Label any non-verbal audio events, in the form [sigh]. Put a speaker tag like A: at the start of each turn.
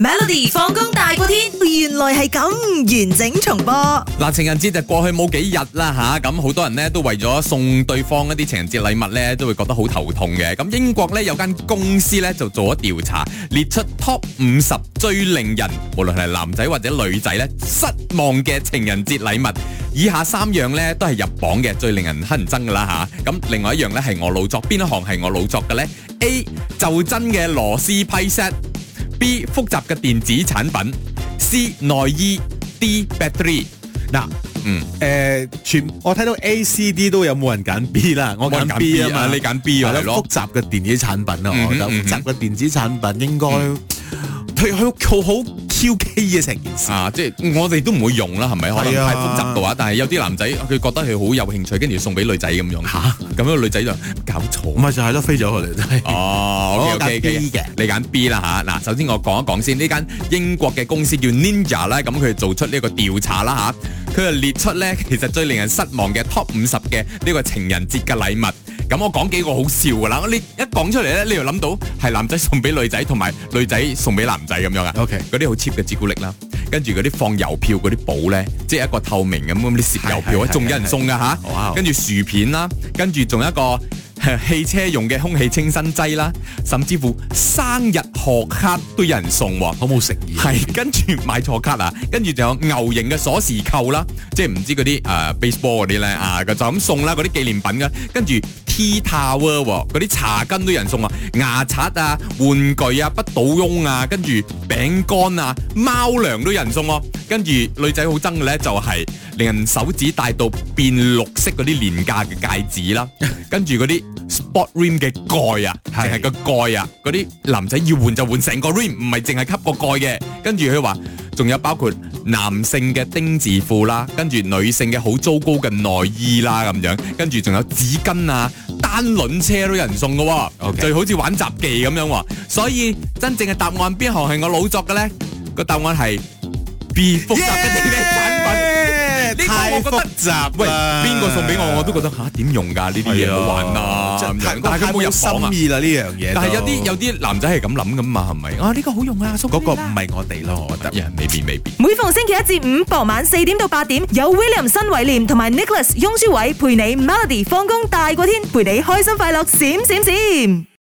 A: Melody 放工大過天，原來係咁完整重播。
B: 嗱，情人節就過去冇幾日啦吓，咁、好多人呢都為咗送對方一啲情人節禮物呢，都會覺得好頭痛嘅。咁英國呢有間公司呢就做咗調查，列出 Top 五十最令人無論係男仔或者女仔呢失望嘅情人節禮物。以下三樣呢都係入榜嘅，最令人乞人憎噶啦吓。咁、另外一樣呢係我老作，邊一行係我老作嘅呢 a 就真嘅螺絲批 set。B 複雜嘅電子產品，C 內衣，D battery。
C: 嗱，
B: 嗯，
C: 誒、全我睇到 A、C、D 都有冇人揀 B 啦，我
B: 冇人
C: 揀
B: 揀
C: B 啊
B: B
C: 嘛，
B: 你揀 B 啊
C: 係
B: 係
C: 咯
B: 咯
C: 複雜嘅電子產品啊，
B: 嗯哼
C: 我覺得
B: 嗯
C: 複雜
B: 哼
C: 嘅電子產品應該佢佢佢好 Q K 嘅成件事。
B: 啊，即係我哋都唔會用啦，係咪？可能
C: 係啊
B: 太複雜嘅話，但係有啲男仔佢覺得佢好有興趣，跟住送俾女仔咁樣。
C: 吓
B: 咁樣女仔就搞錯。
C: 咪就係咯，飛咗佢嚟真係。
B: 哦
C: 我
B: ，OK
C: 揀
B: OK
C: B 嘅
B: 你揀 B 啦吓。嗱，首先我講一講先，呢間英國嘅公司叫 Ninja 啦，咁佢做出呢個調查啦吓，佢就列出呢， [laughs] 其實最令人失望嘅 Top 五十嘅呢個情人節嘅禮物。咁我講幾個好笑噶啦，你一講出嚟呢，你就諗到係男仔送俾女仔，同埋女仔送俾男仔咁樣啊。
C: OK
B: 嗰啲好 cheap 嘅朱古力啦，跟住嗰啲放郵票嗰啲簿咧，即係一個透明咁咁啲攝郵票
C: 係
B: 啊，
C: 係
B: 仲有人
C: 係
B: 送噶吓
C: 哇，
B: 跟住薯片啦，跟住仲有一個 [laughs] 汽車用嘅空氣清新劑啦，甚至乎生日賀卡都有人送喎。
C: 好冇誠意啊，
B: 係跟住買錯卡啊，跟住就有牛形嘅鎖匙扣啦，即係唔知嗰啲誒 baseball 嗰啲咧啊，就咁送啦，嗰啲紀念品噶，跟住 tea towel 喎嗰啲茶巾都有人送啊，牙刷啊、玩具啊、不倒翁啊，跟住餅乾啊、貓糧都有人送喎、跟住女仔好憎嘅咧就係、令人手指戴到變綠色嗰啲廉價嘅戒指啦，跟住嗰啲 sport rim 嘅蓋啊，
C: 係
B: 淨係個蓋啊，嗰啲男仔要換就換成個 rim，唔係淨係吸個蓋嘅。跟住佢話，仲有包括男性嘅丁字褲啦，跟住女性嘅好糟糕嘅內衣啦咁樣，跟住仲有紙巾啊、單輪車都有人送嘅喎
C: 哦 OK
B: 就好似玩雜技咁樣喎。所以真正嘅答案邊行係我老作嘅呢？個答案係 B 複雜嘅電力產品。呢個
C: 太
B: 我覺得
C: 複雜
B: 喂，
C: 啦
B: 邊個送俾我我都覺得吓點用㗎呢啲嘢好玩啊
C: 真係
B: 咁樣，
C: 但
B: 但係
C: 係
B: 佢
C: 佢
B: 冇
C: 冇
B: 入榜啊
C: 心。意啦呢樣嘢都。
B: 但係有啲有啲男仔係咁諗㗎嘛，係咪？啊呢個好用啊，送俾
C: 嗰
B: 你
C: 個唔
B: 啦
C: 係我哋咯，我覺得。
B: Yeah，未必未必。
A: 每逢星期一至五傍晚四點到八點，有 William 新偉廉同埋 Nicholas 雍舒偉陪你 Melody 放工大過天，陪你開心快樂閃閃閃。